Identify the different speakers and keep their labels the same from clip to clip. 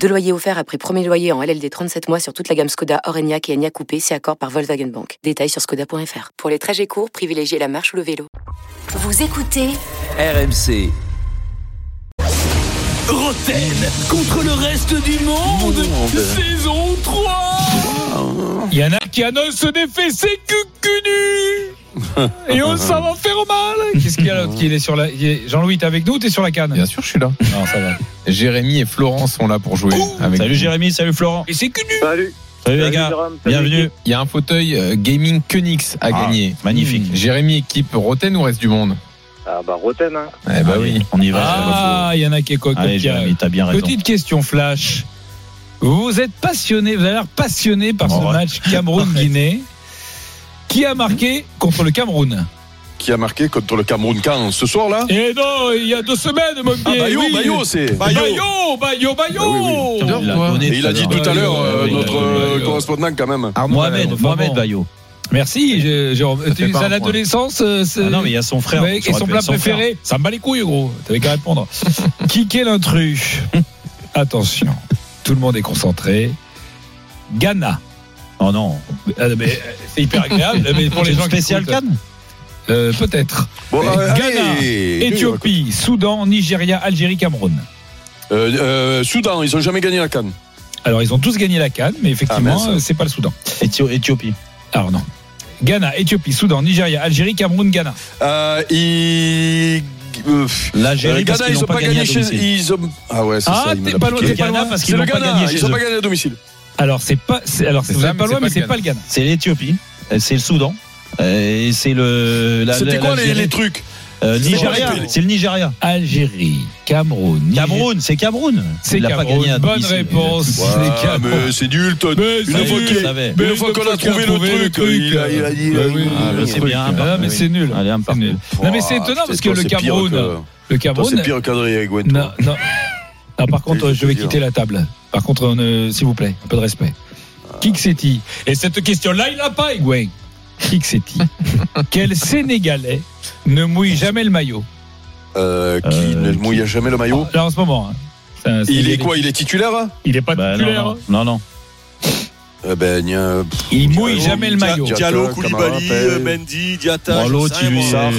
Speaker 1: Deux loyers offerts après premier loyer en LLD 37 mois sur toute la gamme Skoda, Orenia et Enya Coupé, si accord par Volkswagen Bank. Détails sur skoda.fr. Pour les trajets courts, privilégiez la marche ou le vélo.
Speaker 2: Vous écoutez
Speaker 3: RMC.
Speaker 4: Roten contre le reste du monde, saison 3
Speaker 5: Il y en a qui annoncent des fessées cucunu Et on s'en va faire mal Qu'est-ce qu'il y a l'autre qui est sur la... il est- Jean-Louis, t'es avec nous ou t'es sur la canne
Speaker 6: Bien sûr, je suis là.
Speaker 5: Non, ça va.
Speaker 6: Jérémy et Florent sont là pour jouer. avec
Speaker 5: Salut
Speaker 6: nous.
Speaker 5: Jérémy, salut Florent. Et c'est cucunu
Speaker 7: Salut.
Speaker 5: Salut les gars, bienvenue.
Speaker 6: Il y a un fauteuil euh, gaming Koenix à
Speaker 5: Ah,
Speaker 6: gagner.
Speaker 5: magnifique.
Speaker 6: Mmh. Jérémy équipe Roten ou reste du monde
Speaker 7: Ah bah Roten, hein.
Speaker 6: Eh bah
Speaker 8: Allez,
Speaker 6: oui.
Speaker 8: ben On y va.
Speaker 5: Ah, il y en a qui est coquin.
Speaker 8: Allez, Jérémy, t'as bien raison.
Speaker 5: Petite question flash. Vous êtes passionné, vous avez l'air passionné par ce
Speaker 8: Arrête.
Speaker 5: match Cameroun-Guinée. Qui a marqué contre le Cameroun
Speaker 9: qui a marqué contre le Cameroun quand ce soir là
Speaker 5: Eh non, il y a deux semaines, mon
Speaker 9: Ah
Speaker 5: pied,
Speaker 9: Bayo,
Speaker 5: oui.
Speaker 9: Bayo c'est
Speaker 5: Bayo, Bayo, Bayo.
Speaker 9: Ah oui,
Speaker 8: Putain,
Speaker 6: J'adore,
Speaker 8: il l'a
Speaker 6: quoi.
Speaker 8: donné
Speaker 9: Et il a dit
Speaker 8: l'heure.
Speaker 9: tout à l'heure euh,
Speaker 8: Oui,
Speaker 9: notre
Speaker 8: oui, oui,
Speaker 9: euh,
Speaker 8: oui, oui.
Speaker 9: correspondant quand même.
Speaker 5: Ah,
Speaker 6: Arnaud
Speaker 8: Mohamed,
Speaker 6: Valadon.
Speaker 8: Mohamed
Speaker 5: bon.
Speaker 8: Bayo.
Speaker 5: Merci, Jé- Jérôme.
Speaker 6: Ça
Speaker 5: Tu
Speaker 6: fait pas
Speaker 5: à
Speaker 6: un point.
Speaker 5: l'adolescence, euh, c'est-
Speaker 8: Ah non, mais il y a son frère.
Speaker 5: Ouais,
Speaker 8: ça
Speaker 5: et
Speaker 8: aurait
Speaker 5: son
Speaker 8: pu
Speaker 5: plat
Speaker 8: être frère.
Speaker 5: préféré. Ça me bat les couilles, gros. T'avais qu'à répondre. qui est l'intrus Attention, tout le monde est concentré. Ghana.
Speaker 8: Oh non.
Speaker 5: Ah, mais, euh, c'est hyper agréable. mais pour les gens qui
Speaker 8: spécial
Speaker 5: écoutent,
Speaker 8: Cannes
Speaker 5: euh, peut-être.
Speaker 9: Bon, euh,
Speaker 5: Ghana,
Speaker 9: allez,
Speaker 5: Éthiopie, Soudan, Nigeria, Algérie, Cameroun.
Speaker 9: Euh, euh, Soudan, ils ont jamais gagné la canne.
Speaker 5: Alors ils ont tous gagné la canne, mais effectivement,
Speaker 8: Ah,
Speaker 9: mince.
Speaker 5: euh, c'est pas le Soudan.
Speaker 8: Éthio- Éthiopie.
Speaker 5: Alors non. Ghana, Éthiopie, Soudan, Nigeria, Algérie, Cameroun, Ghana.
Speaker 9: Euh, ils... euh,
Speaker 8: L'Algérie,
Speaker 9: euh,
Speaker 8: parce
Speaker 9: Ghana,
Speaker 8: qu'ils
Speaker 9: ils
Speaker 8: n'ont
Speaker 9: ont
Speaker 8: pas gagné. à
Speaker 9: gagné chez
Speaker 8: domicile.
Speaker 9: ils ont... Ah ouais, c'est
Speaker 5: Ah,
Speaker 9: ça. il me
Speaker 5: t'es
Speaker 9: l'a
Speaker 5: pas loin,
Speaker 9: piqué.
Speaker 5: t'es pas
Speaker 8: Ghana,
Speaker 5: loin.
Speaker 8: parce
Speaker 9: C'est
Speaker 8: qu'ils
Speaker 9: le
Speaker 8: n'ont pas gagné
Speaker 9: Ghana,
Speaker 8: chez
Speaker 9: ils ont pas
Speaker 8: eux.
Speaker 9: gagné à domicile.
Speaker 5: Alors c'est pas, c'est- alors
Speaker 6: C'est
Speaker 5: vous
Speaker 6: ça,
Speaker 5: êtes pas
Speaker 6: mais
Speaker 5: loin,
Speaker 6: c'est
Speaker 5: mais
Speaker 6: pas
Speaker 5: c'est
Speaker 6: le
Speaker 5: pas le Ghana.
Speaker 8: C'est l'Éthiopie, euh, c'est le Soudan, euh, et c'est le. la-
Speaker 9: C'était
Speaker 8: la-
Speaker 9: quoi les,
Speaker 8: l'Algérie.
Speaker 9: les trucs
Speaker 8: Euh, Nigeria.
Speaker 9: C'était-
Speaker 8: C'est le Nigeria.
Speaker 5: Algérie, Cameroun, Nigeria.
Speaker 8: Cameroun, c'est Cameroun.
Speaker 5: C'est
Speaker 8: Il l'a pas
Speaker 5: Cameroun.
Speaker 8: gagné à
Speaker 5: Bonne
Speaker 8: domicile.
Speaker 5: réponse.
Speaker 8: Ça,
Speaker 5: C'est
Speaker 9: Ouais,
Speaker 5: Cameroun.
Speaker 9: mais c'est nul, toi.
Speaker 5: Mais
Speaker 9: Une
Speaker 5: c'est
Speaker 8: il
Speaker 9: fois
Speaker 5: nul.
Speaker 8: le
Speaker 9: qu'il-
Speaker 8: savait.
Speaker 5: Mais
Speaker 9: Une fois qu'on a trouvé le truc, il a- il a dit...
Speaker 5: Bah
Speaker 9: euh,
Speaker 5: oui,
Speaker 9: il-
Speaker 8: Ah, bah, c'est bien.
Speaker 5: Ah,
Speaker 8: bah,
Speaker 5: mais
Speaker 8: oui.
Speaker 5: c'est nul.
Speaker 8: Allez, un
Speaker 5: C'est
Speaker 8: partout.
Speaker 5: nul. Non, mais c'est
Speaker 9: Ah,
Speaker 5: étonnant parce que
Speaker 9: putain,
Speaker 5: le
Speaker 9: c'est pire
Speaker 5: Cameroun,
Speaker 9: que-
Speaker 5: le
Speaker 9: Putain,
Speaker 5: Cameroun,
Speaker 9: C'est pire qu'Adrien
Speaker 5: Non,
Speaker 9: toi.
Speaker 5: non. Non, par contre,
Speaker 9: Qu'est-ce
Speaker 5: je vais
Speaker 9: que tu veux
Speaker 5: quitter la table. Par contre, on, euh, s'il vous plaît, un peu de respect.
Speaker 9: Ah.
Speaker 5: Qui que c'est-il Et cette question-là, il l'a pas, Higuain. Qui que c'est-il Quel Sénégalais ne mouille jamais le maillot
Speaker 9: Euh, qui
Speaker 8: Euh,
Speaker 9: ne
Speaker 8: qui-
Speaker 9: mouilla jamais le maillot
Speaker 5: Là, en ce moment. hein. C'est un
Speaker 9: Il est
Speaker 5: Sénégalais.
Speaker 9: quoi Il est titulaire hein
Speaker 5: Il est pas hein.
Speaker 8: Bah, non,
Speaker 5: titulaire.
Speaker 8: non, non, non.
Speaker 9: Eh ben, il y a- pff,
Speaker 5: Il mouille
Speaker 9: Diallo,
Speaker 5: jamais le
Speaker 9: Dia-
Speaker 5: maillot.
Speaker 9: Dia-
Speaker 4: Diallo,
Speaker 9: Diatta,
Speaker 4: Koulibaly,
Speaker 9: Kamara,
Speaker 4: euh,
Speaker 9: Payet.
Speaker 4: Mendy, Diatta,
Speaker 8: Bravo,
Speaker 4: j'en sais rien,
Speaker 8: tu
Speaker 4: moi.
Speaker 8: es-
Speaker 4: Ça,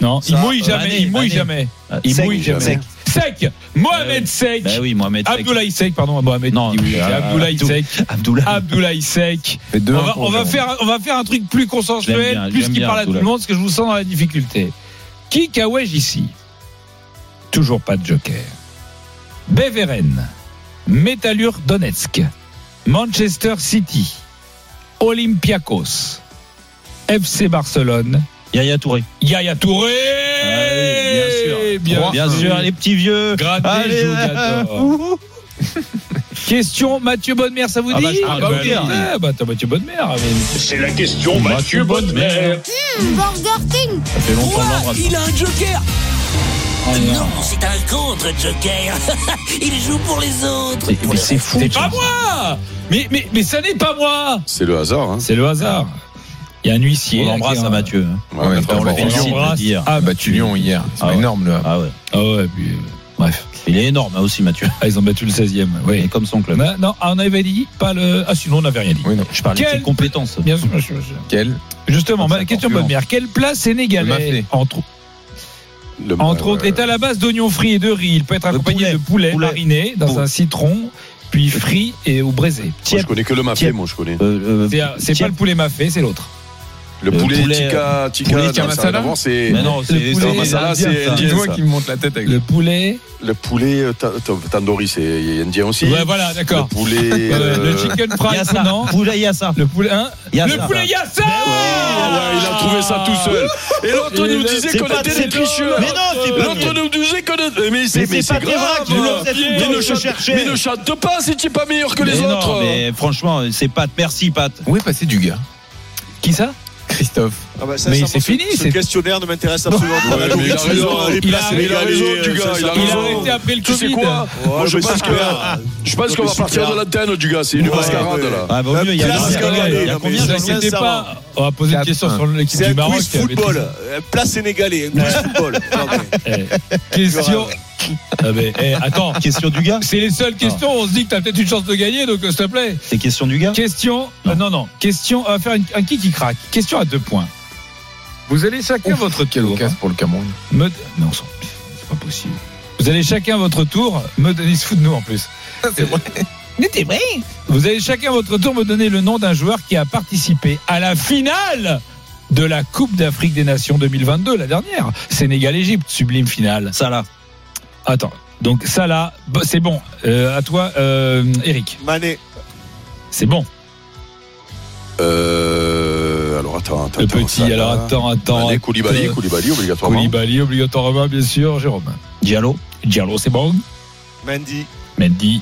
Speaker 5: Non, il
Speaker 4: Ça,
Speaker 5: mouille jamais.
Speaker 8: euh, Mané,
Speaker 5: il mouille
Speaker 8: Mané.
Speaker 5: jamais.
Speaker 8: Ah,
Speaker 5: Il
Speaker 8: Sec,
Speaker 5: mouille jamais.
Speaker 8: Sec.
Speaker 5: Sec. Mohamed Sek.
Speaker 8: Bah oui, Mohamed. Sek.
Speaker 5: Abdoulaye Sek, pardon, Mohamed.
Speaker 8: Non,
Speaker 5: il dit oui, c'est
Speaker 8: euh,
Speaker 5: Abdoulaye
Speaker 8: Abdou-
Speaker 5: Sek.
Speaker 8: Abdoulaye.
Speaker 5: Abdoulaye Sek.
Speaker 6: Et deux,
Speaker 5: On
Speaker 6: un
Speaker 5: va,
Speaker 6: pour
Speaker 5: on va
Speaker 6: Jérôme.
Speaker 5: faire, on va faire un truc plus
Speaker 8: J'aime
Speaker 5: consensuel,
Speaker 8: bien,
Speaker 5: plus
Speaker 8: j'aime
Speaker 5: qui
Speaker 8: bien,
Speaker 5: parle à tout le
Speaker 8: Abdoulaye.
Speaker 5: monde, parce que je vous sens dans la difficulté. Qui Kawaj ici Toujours pas de joker. Beveren, Metalur Donetsk, Manchester City, Olympiakos, FC Barcelone,
Speaker 8: Yaya Touré. Ah
Speaker 5: Yaya Touré
Speaker 8: oui, bien sûr. Bien sûr, les petits vieux.
Speaker 5: Gratter,
Speaker 8: Allez,
Speaker 5: je vous adore.
Speaker 8: ouhou.
Speaker 5: Question Mathieu Bonnemer, ça vous
Speaker 8: Ah
Speaker 5: dit
Speaker 8: bah, je parle
Speaker 5: Ah bah,
Speaker 8: Bonnemer.
Speaker 5: oui. Ah bah, t'as Mathieu Bonnemer. mais-
Speaker 8: Mathieu Bonnemer. Ça fait longtemps qu'on l'embrasse.
Speaker 4: Il a un joker
Speaker 8: Oh, non.
Speaker 2: C'est un contre-joker. Il joue pour les autres.
Speaker 8: C'est- Mais c'est fou.
Speaker 5: C'est pas moi mais, mais, mais ça n'est pas moi
Speaker 9: C'est le hasard. Hein.
Speaker 5: C'est le hasard. Il y a un huissier.
Speaker 8: On
Speaker 5: là,
Speaker 8: l'embrasse
Speaker 5: qui a-
Speaker 8: à Mathieu. hein.
Speaker 9: Ouais,
Speaker 6: Ouais,
Speaker 9: mais
Speaker 6: attends,
Speaker 9: on
Speaker 6: on l'a
Speaker 9: va
Speaker 8: On
Speaker 6: fait
Speaker 5: Lyon.
Speaker 6: Lyon.
Speaker 8: l'embrasse.
Speaker 5: dire.
Speaker 6: Ah, battu Lyon hier. C'est
Speaker 8: Ah ouais.
Speaker 6: énorme, là.
Speaker 8: Ah ouais.
Speaker 5: Ah ouais, puis, euh, bref.
Speaker 8: Il est énorme hein, aussi, Mathieu.
Speaker 5: Ah, ils ont battu le 16e.
Speaker 8: Il est
Speaker 5: Oui.
Speaker 8: comme son club.
Speaker 5: Non, non, ah, on avait dit pas le. Ah, sinon, on n'avait rien dit.
Speaker 6: Oui, non.
Speaker 8: Je parlais de
Speaker 5: Quel-
Speaker 8: ses compétences.
Speaker 5: Bien sûr, monsieur, monsieur.
Speaker 6: Quel
Speaker 5: Justement,
Speaker 6: Ça
Speaker 5: ma question
Speaker 6: influence.
Speaker 5: première. Quelle place sénégalais
Speaker 6: Mafé.
Speaker 5: entre,
Speaker 9: Le-
Speaker 5: entre
Speaker 9: euh,
Speaker 5: autres est à la base d'oignons frits et de riz. Il peut être accompagné
Speaker 8: poulet.
Speaker 5: de poulet,
Speaker 8: Poulet.
Speaker 5: mariné dans
Speaker 8: Poulet.
Speaker 5: un citron, puis frit et au braisé.
Speaker 9: Moi, je connais que le mafé, moi, je connais.
Speaker 8: Euh, euh,
Speaker 5: C'est c'est pas
Speaker 8: Thiep.
Speaker 5: le poulet mafé, c'est l'autre.
Speaker 9: Le
Speaker 8: Le
Speaker 9: poulet
Speaker 8: poulet,
Speaker 9: tika, tika,
Speaker 6: poulet
Speaker 9: non,
Speaker 6: tikka
Speaker 9: ça,
Speaker 6: masala
Speaker 9: d'abord, c'est
Speaker 8: Mais non, c'est
Speaker 5: poulet-
Speaker 8: c'est
Speaker 5: Non,
Speaker 9: ça, là,
Speaker 8: indien,
Speaker 9: c'est
Speaker 8: ça.
Speaker 9: indien.
Speaker 6: Dis-moi
Speaker 9: ça.
Speaker 6: qui me monte la tête avec
Speaker 5: Le poulet.
Speaker 9: le poulet euh, ta- ta- tandoori, c'est indien aussi.
Speaker 5: Ouais, voilà, d'accord.
Speaker 9: Le poulet.
Speaker 5: Euh,
Speaker 9: euh,
Speaker 5: le chicken fry,
Speaker 8: Yassa.
Speaker 5: non.
Speaker 8: Poulet Yassa.
Speaker 5: Le poulet, hein
Speaker 8: Yassa.
Speaker 5: Le poulet Yassa
Speaker 9: Ah, ouais, il a trouvé ça tout seul. Et l'autre nous disait
Speaker 8: C'est
Speaker 9: qu'on
Speaker 8: pas-
Speaker 9: était
Speaker 8: c'est
Speaker 9: des tricheurs.
Speaker 8: Mais non, c'est pas
Speaker 9: L'autre nous disait qu'on était. Mais c'est mais c'est grave.
Speaker 8: vous le faites,
Speaker 9: Mais
Speaker 8: vous
Speaker 9: ne
Speaker 8: le
Speaker 9: chante-
Speaker 8: cherchez.
Speaker 9: mais ne chante pas si tu es pas meilleur que les
Speaker 8: Mais non,
Speaker 9: autres.
Speaker 8: mais franchement, c'est Pat. Merci, Pat.
Speaker 6: Où est passé du gars
Speaker 5: Qui ça
Speaker 6: Christophe.
Speaker 4: Ah bah, ça,
Speaker 5: Mais
Speaker 4: ça,
Speaker 5: c'est
Speaker 4: moi, ce-
Speaker 5: fini,
Speaker 4: Ce
Speaker 5: c'est-
Speaker 4: questionnaire ne m'intéresse absolument pas.
Speaker 9: Ouais,
Speaker 4: La
Speaker 9: mais il a
Speaker 4: nourriture,
Speaker 9: raison,
Speaker 4: les
Speaker 9: il
Speaker 4: places,
Speaker 5: a-
Speaker 4: les euh,
Speaker 5: il a
Speaker 4: régalés,
Speaker 9: raison, du
Speaker 4: ça,
Speaker 9: gars,
Speaker 4: ça,
Speaker 9: il a
Speaker 4: ça,
Speaker 5: Il a
Speaker 4: ça,
Speaker 5: arrêté après le
Speaker 9: Tu sais
Speaker 5: Covid.
Speaker 9: quoi Moi,
Speaker 4: Ouais,
Speaker 9: je
Speaker 4: mais
Speaker 9: pense
Speaker 4: c'est
Speaker 9: que
Speaker 4: clair.
Speaker 9: je pense qu'on
Speaker 4: Mais
Speaker 9: va
Speaker 4: c'est
Speaker 9: partir
Speaker 4: clair.
Speaker 9: de l'antenne du gars. C'est une
Speaker 4: Ouais.
Speaker 9: mascarade là.
Speaker 5: Ah, vaut
Speaker 4: La
Speaker 5: mieux, il y a il
Speaker 4: place
Speaker 5: y a-
Speaker 3: euh,
Speaker 4: Sénégal,
Speaker 5: il y a
Speaker 4: non, mais
Speaker 5: combien
Speaker 4: ça,
Speaker 5: d'inquiétez
Speaker 4: ça
Speaker 5: pas.
Speaker 4: va.
Speaker 5: On va poser une
Speaker 6: Quatre,
Speaker 5: question
Speaker 6: un.
Speaker 5: sur l'équipe
Speaker 4: C'est
Speaker 5: du
Speaker 4: un
Speaker 5: Maroc.
Speaker 4: quiz
Speaker 5: qui avait-
Speaker 4: football. Euh, Place sénégalais, un quiz football. Non, mais-
Speaker 5: Eh, Question. Ah, mais, eh, attends,
Speaker 3: Question du gars
Speaker 5: c'est les seules questions. On se dit que t'as peut-être une chance de gagner, donc euh, s'il te plaît.
Speaker 3: C'est question du gars
Speaker 5: Question. euh, Non, non. Question. On va faire une- un qui qui craque. Question à deux points. Vous allez chacun votre
Speaker 6: Quel
Speaker 5: tour.
Speaker 6: casse pour le Cameroun.
Speaker 5: Me... Non, c'est c'est pas possible. Vous allez chacun votre tour me donner. Ils se foutent de nous en plus. Euh,
Speaker 6: C'est vrai.
Speaker 5: Mais t'es vrai Vous allez chacun votre tour me donner le nom d'un joueur qui a participé à la finale de la Coupe d'Afrique des Nations 2022, la dernière. Sénégal-Égypte, sublime finale.
Speaker 3: Salah.
Speaker 5: Attends. Donc Salah, bo- c'est bon. Euh, à toi, euh, Eric.
Speaker 4: Mané,
Speaker 5: C'est bon.
Speaker 9: Euh. Alors attends, attends.
Speaker 5: Le petit. Alors attends, attends.
Speaker 9: Allez, Koulibaly, Koulibaly, obligatoirement.
Speaker 5: Koulibaly, obligatoirement, bien sûr, Jérôme. Diallo. Diallo, c'est bon.
Speaker 4: Mendy,
Speaker 5: Mendy.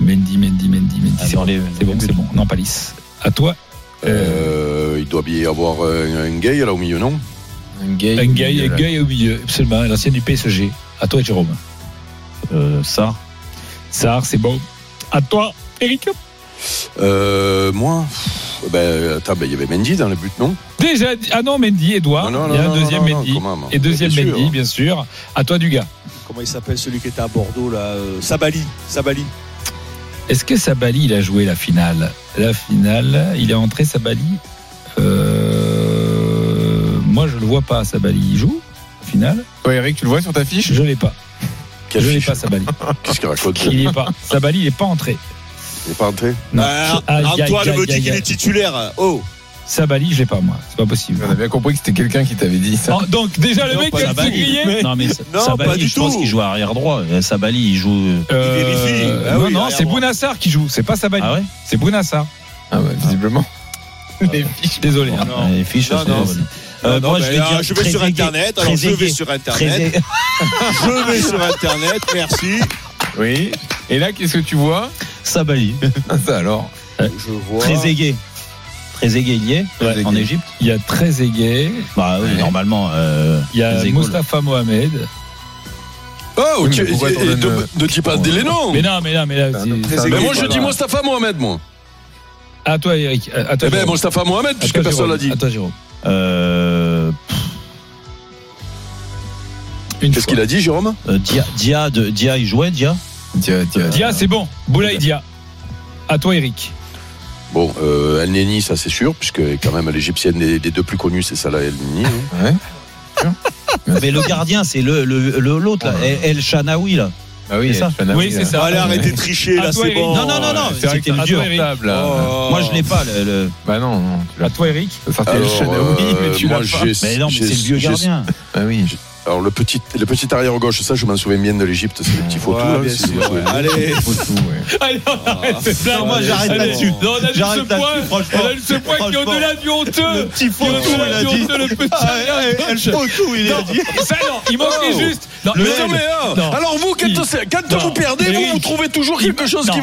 Speaker 5: Mendy, Mendy, Mendy, Mendy.
Speaker 3: Ah
Speaker 5: C'est
Speaker 3: non,
Speaker 5: bon,
Speaker 3: les-
Speaker 5: c'est bon,
Speaker 3: les-
Speaker 5: c'est bon. Non, pas lisse. À toi,
Speaker 9: Euh, il doit bien y avoir euh, un, un gay là au milieu, non
Speaker 6: Un gay.
Speaker 5: Ngaï, Ngaï au milieu. Absolument, l'ancien du PSG. À toi, Jérôme.
Speaker 3: Euh, Sarr.
Speaker 5: Sarr, c'est bon. À toi, Eric.
Speaker 9: Euh. Moi pff, ben, attends, ben, il y avait Mendy dans le but, non
Speaker 5: Déjà, dit- ah non, Mendy, Edouard.
Speaker 9: Non, non,
Speaker 5: Il y a
Speaker 9: non,
Speaker 5: un
Speaker 9: non,
Speaker 5: deuxième
Speaker 9: non, non,
Speaker 5: Mendy.
Speaker 9: quand même.
Speaker 5: Et deuxième
Speaker 9: Bien sûr.
Speaker 5: Mendy, bien sûr. À toi, Dugas.
Speaker 4: comment il s'appelle celui qui était à Bordeaux là euh, Sabali, Sabali.
Speaker 5: Est-ce que Sabali, il a joué la finale La finale, il est entré, Sabali Euh, Moi, je le vois pas, Sabali. Il joue la finale
Speaker 6: Toi, Eric, tu le vois sur ta fiche
Speaker 5: Je l'ai pas.
Speaker 9: Quelle
Speaker 5: je l'ai
Speaker 9: fiche
Speaker 5: pas, Sabali.
Speaker 9: Qu'est-ce qu'il raconte
Speaker 5: Il
Speaker 9: Il
Speaker 5: est pas. Sabali, il est pas entré.
Speaker 9: est pas entré
Speaker 5: Non.
Speaker 4: Ah,
Speaker 5: Aïe, aïe,
Speaker 4: Antoine
Speaker 5: aïe,
Speaker 4: me dit
Speaker 5: aïe,
Speaker 4: qu'il
Speaker 5: aïe.
Speaker 4: est titulaire. Oh,
Speaker 5: Sabali, je l'ai pas moi, c'est pas possible.
Speaker 6: On a bien compris que c'était quelqu'un qui t'avait dit ça.
Speaker 5: Oh, donc déjà le
Speaker 4: Non,
Speaker 5: mec
Speaker 4: pas
Speaker 5: vient de se
Speaker 4: Sabali.
Speaker 5: griller.
Speaker 3: Non, mais
Speaker 4: Non,
Speaker 3: Sabali,
Speaker 4: pas du
Speaker 3: je pense
Speaker 4: tout.
Speaker 3: qu'il joue arrière droit. Euh, Sabali, il joue. euh,
Speaker 4: Il vérifie. Ah
Speaker 5: non
Speaker 4: oui,
Speaker 5: non,
Speaker 4: arrière
Speaker 5: c'est
Speaker 4: droit.
Speaker 5: Bounassar qui joue, c'est pas Sabali,
Speaker 3: Ah ouais
Speaker 5: c'est Bounassar.
Speaker 6: Ah, bah, visiblement. Les fiches.
Speaker 5: Désolé. hein.
Speaker 4: Non.
Speaker 3: les fiches,
Speaker 4: Non,
Speaker 3: c'est-
Speaker 4: non.
Speaker 3: Euh,
Speaker 4: Non,
Speaker 3: moi,
Speaker 4: non,
Speaker 3: je
Speaker 4: mais
Speaker 3: vais
Speaker 4: là,
Speaker 3: dire.
Speaker 4: je vais sur
Speaker 3: Trezeguet.
Speaker 4: internet. Alors je vais
Speaker 3: Trezeguet.
Speaker 4: sur internet.
Speaker 3: Trezeguet.
Speaker 4: Je vais sur internet. Merci.
Speaker 6: Oui. Et là, qu'est-ce que tu vois
Speaker 3: Sabali.
Speaker 6: Ah, Ça alors.
Speaker 4: Je vois.
Speaker 3: Trezeguet. Trezeguet, il y est,
Speaker 6: Trezeguet.
Speaker 3: en Égypte.
Speaker 5: Il y a Trezeguet,
Speaker 3: Bah oui,
Speaker 6: Ouais.
Speaker 3: normalement. euh,
Speaker 5: il y a
Speaker 3: Trezeguet.
Speaker 5: Mostafa Mohamed.
Speaker 9: Oh,
Speaker 6: Oui,
Speaker 9: tu,
Speaker 6: mais pourquoi
Speaker 9: et-
Speaker 6: t'en
Speaker 9: et
Speaker 6: donnes,
Speaker 9: de,
Speaker 6: euh,
Speaker 9: de t'y passer les noms
Speaker 5: Oh. Mais non, mais non, mais là.
Speaker 6: Putain,
Speaker 5: c'est-
Speaker 6: non,
Speaker 5: ça-
Speaker 9: Mais moi, je
Speaker 4: Voilà.
Speaker 9: dis Mostafa Mohamed, moi.
Speaker 5: À toi Eric, à à toi.
Speaker 9: Eh ben,
Speaker 5: Jérôme.
Speaker 9: Mostafa Mohamed,
Speaker 5: À
Speaker 9: puisque
Speaker 5: toi,
Speaker 9: personne
Speaker 5: Jérôme.
Speaker 9: l'a dit.
Speaker 5: À toi Jérôme.
Speaker 3: Euh,
Speaker 5: Une
Speaker 9: Qu'est-ce
Speaker 5: fois.
Speaker 9: qu'il a dit, Jérôme
Speaker 3: euh, Dia, Dia, de- Dia, il jouait, Dia
Speaker 6: Tiens, tiens.
Speaker 5: Dia, c'est bon. Boulaye Dia. À toi Eric.
Speaker 9: Bon, euh, El Neni, ça c'est sûr, puisque quand même l'Égyptienne des, des deux plus connues, c'est celle-là, El Neni. hein.
Speaker 6: Ouais.
Speaker 3: Mais le gardien, c'est l'autre, le, le, l'autre là, El- El Shanaoui, là.
Speaker 6: Ah oui,
Speaker 3: C'est ça.
Speaker 6: Fanavi,
Speaker 5: Oui, c'est
Speaker 6: là.
Speaker 5: ça.
Speaker 4: Allez, arrêtez de tricher
Speaker 5: À
Speaker 4: là,
Speaker 5: toi,
Speaker 4: c'est
Speaker 5: Eric.
Speaker 4: bon.
Speaker 3: Non, non, non, non,
Speaker 6: C'est vrai que t'as
Speaker 3: c'était le
Speaker 6: le
Speaker 3: dur.
Speaker 5: Eric.
Speaker 6: portable, là.
Speaker 4: Oh.
Speaker 3: Moi, je l'ai pas, le. le-
Speaker 6: Bah non, non, tu
Speaker 5: À
Speaker 6: l'as
Speaker 5: toi Eric.
Speaker 6: pas. Sorti le
Speaker 9: Alors,
Speaker 6: Shanaoui,
Speaker 9: euh,
Speaker 6: mais tu
Speaker 9: moi,
Speaker 6: l'as pas.
Speaker 9: j'ai-
Speaker 3: Mais non, mais
Speaker 9: j'ai-
Speaker 3: c'est le vieux
Speaker 9: j'ai-
Speaker 3: gardien.
Speaker 6: Ah oui.
Speaker 9: Alors, le petit, le petit arrière gauche, ça, je m'en souviens bien de l'Égypte, c'est le petit photo.
Speaker 4: Ouais,
Speaker 9: là,
Speaker 4: Ah, bien
Speaker 9: c'est-
Speaker 4: sûr.
Speaker 9: c'est-
Speaker 4: Allez. Ah,
Speaker 5: Allez, on arrête cette blague.
Speaker 3: Non, moi, j'arrête
Speaker 5: Allez.
Speaker 3: là-dessus.
Speaker 5: Ah Non, on a
Speaker 3: J'arrête
Speaker 5: juste ce
Speaker 3: là-dessus,
Speaker 5: point.
Speaker 3: franchement.
Speaker 5: On a juste ce point qui est
Speaker 3: Franchement.
Speaker 5: au-delà du honteux. Qui
Speaker 3: petit
Speaker 5: est au-delà du honteux, le
Speaker 9: Ah,
Speaker 5: petit
Speaker 3: El Fautou, il a dit.
Speaker 5: Ça, non, il
Speaker 9: Oh.
Speaker 5: manquait juste. Non,
Speaker 3: Le
Speaker 5: mais
Speaker 3: L.
Speaker 5: non, mais-
Speaker 9: hein,
Speaker 5: Non.
Speaker 9: alors vous, quand, quand
Speaker 5: Non. Eric.
Speaker 9: trouvez toujours quelque chose
Speaker 5: Non. Il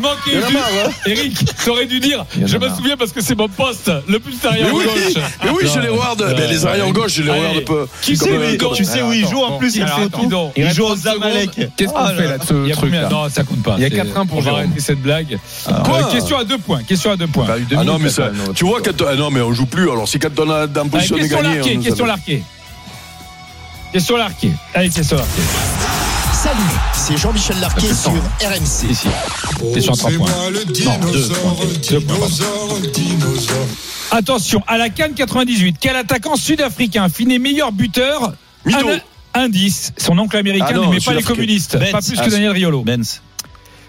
Speaker 5: manquait
Speaker 9: Ah. en a
Speaker 5: juste.
Speaker 9: marre, hein.
Speaker 5: Eric, t'aurais dû dire.
Speaker 6: Il y en a
Speaker 5: Je me
Speaker 6: marre.
Speaker 5: souviens parce que c'est mon poste. Le plus
Speaker 9: Mais
Speaker 5: arrière
Speaker 9: oui,
Speaker 5: gauche.
Speaker 9: mais oui, je les
Speaker 5: Non.
Speaker 9: regarde.
Speaker 5: Non.
Speaker 9: ben, les arrières gauche, je les
Speaker 5: Allez.
Speaker 9: regarde peu.
Speaker 5: Qui
Speaker 9: Comme,
Speaker 5: c'est
Speaker 9: euh,
Speaker 5: lui,
Speaker 9: comme-
Speaker 3: Tu sais où il joue en plus, il
Speaker 5: Alors,
Speaker 3: fait
Speaker 5: attends,
Speaker 3: tout.
Speaker 5: donc,
Speaker 3: Il
Speaker 5: reste
Speaker 3: joue au
Speaker 5: 30 secondes.
Speaker 3: Zamalek.
Speaker 6: Qu'est-ce qu'on
Speaker 3: Ah,
Speaker 6: fait
Speaker 3: là,
Speaker 6: là de ce
Speaker 5: Il y a
Speaker 6: truc
Speaker 5: combien
Speaker 6: là
Speaker 5: Non, ça compte pas.
Speaker 6: Il y a
Speaker 5: C'est-
Speaker 6: quatre points pour
Speaker 5: On va
Speaker 6: Jérôme.
Speaker 5: arrêter cette blague.
Speaker 9: Point.
Speaker 5: Euh, Question à deux points. Question à deux points.
Speaker 6: Bah, eu deux
Speaker 9: Ah non,
Speaker 6: minutes,
Speaker 9: mais
Speaker 6: là,
Speaker 9: ça,
Speaker 6: quand même.
Speaker 9: tu vois, quand, ah non, mais on joue plus. Alors, si quand on a dans
Speaker 5: Allez,
Speaker 9: position de
Speaker 5: question
Speaker 9: gagner.
Speaker 5: larquée,
Speaker 9: on-
Speaker 5: question larquée. Question larquée. Allez, question larquée.
Speaker 7: Salut, c'est Jean-Michel Larquet sur RMC.
Speaker 5: Question à trois points.
Speaker 3: Non, deux points.
Speaker 5: Deux points, pardon. Attention, à la Cannes 98, quel attaquant sud-africain finit meilleur buteur
Speaker 9: Mito.
Speaker 5: Un- Indice, son oncle américain
Speaker 9: Ah non,
Speaker 5: n'aimait pas les
Speaker 9: sud-africain.
Speaker 5: communistes,
Speaker 3: Benz.
Speaker 5: pas plus
Speaker 3: Ah,
Speaker 5: que Daniel Riolo.
Speaker 3: Benz.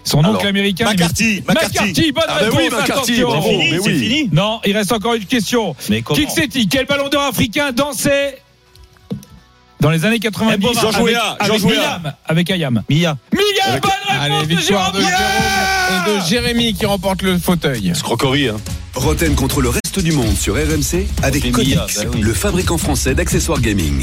Speaker 5: Son oncle
Speaker 9: Alors,
Speaker 5: américain n'aimait-
Speaker 4: McCarthy, McCarthy.
Speaker 5: McCarthy, bonne
Speaker 9: Ah ben
Speaker 5: réponse,
Speaker 9: oui, McCarthy,
Speaker 5: attention.
Speaker 9: bravo. Mais
Speaker 3: C'est
Speaker 9: oui.
Speaker 3: fini
Speaker 5: Non, il reste encore une question.
Speaker 3: Mais comment
Speaker 5: Kixetti, quel ballon d'or africain dansait dans les années 90
Speaker 3: Eh, Bovard.
Speaker 4: Jean
Speaker 5: avec,
Speaker 4: Jouéa, Jean
Speaker 5: avec
Speaker 4: Jouéa.
Speaker 5: Miam, avec Ayam.
Speaker 3: Mia.
Speaker 5: Miam, bonne
Speaker 9: ah,
Speaker 5: réponse
Speaker 6: Allez,
Speaker 5: de
Speaker 6: victoire de
Speaker 5: Jérôme Miam.
Speaker 6: Jérôme et de Jérémy qui remporte le fauteuil.
Speaker 9: Escroquerie, hein.
Speaker 10: Roten contre le reste du monde sur RMC avec
Speaker 3: J'ai mis,
Speaker 10: Codex,
Speaker 3: ah, bah oui.
Speaker 10: le fabricant français d'accessoires gaming.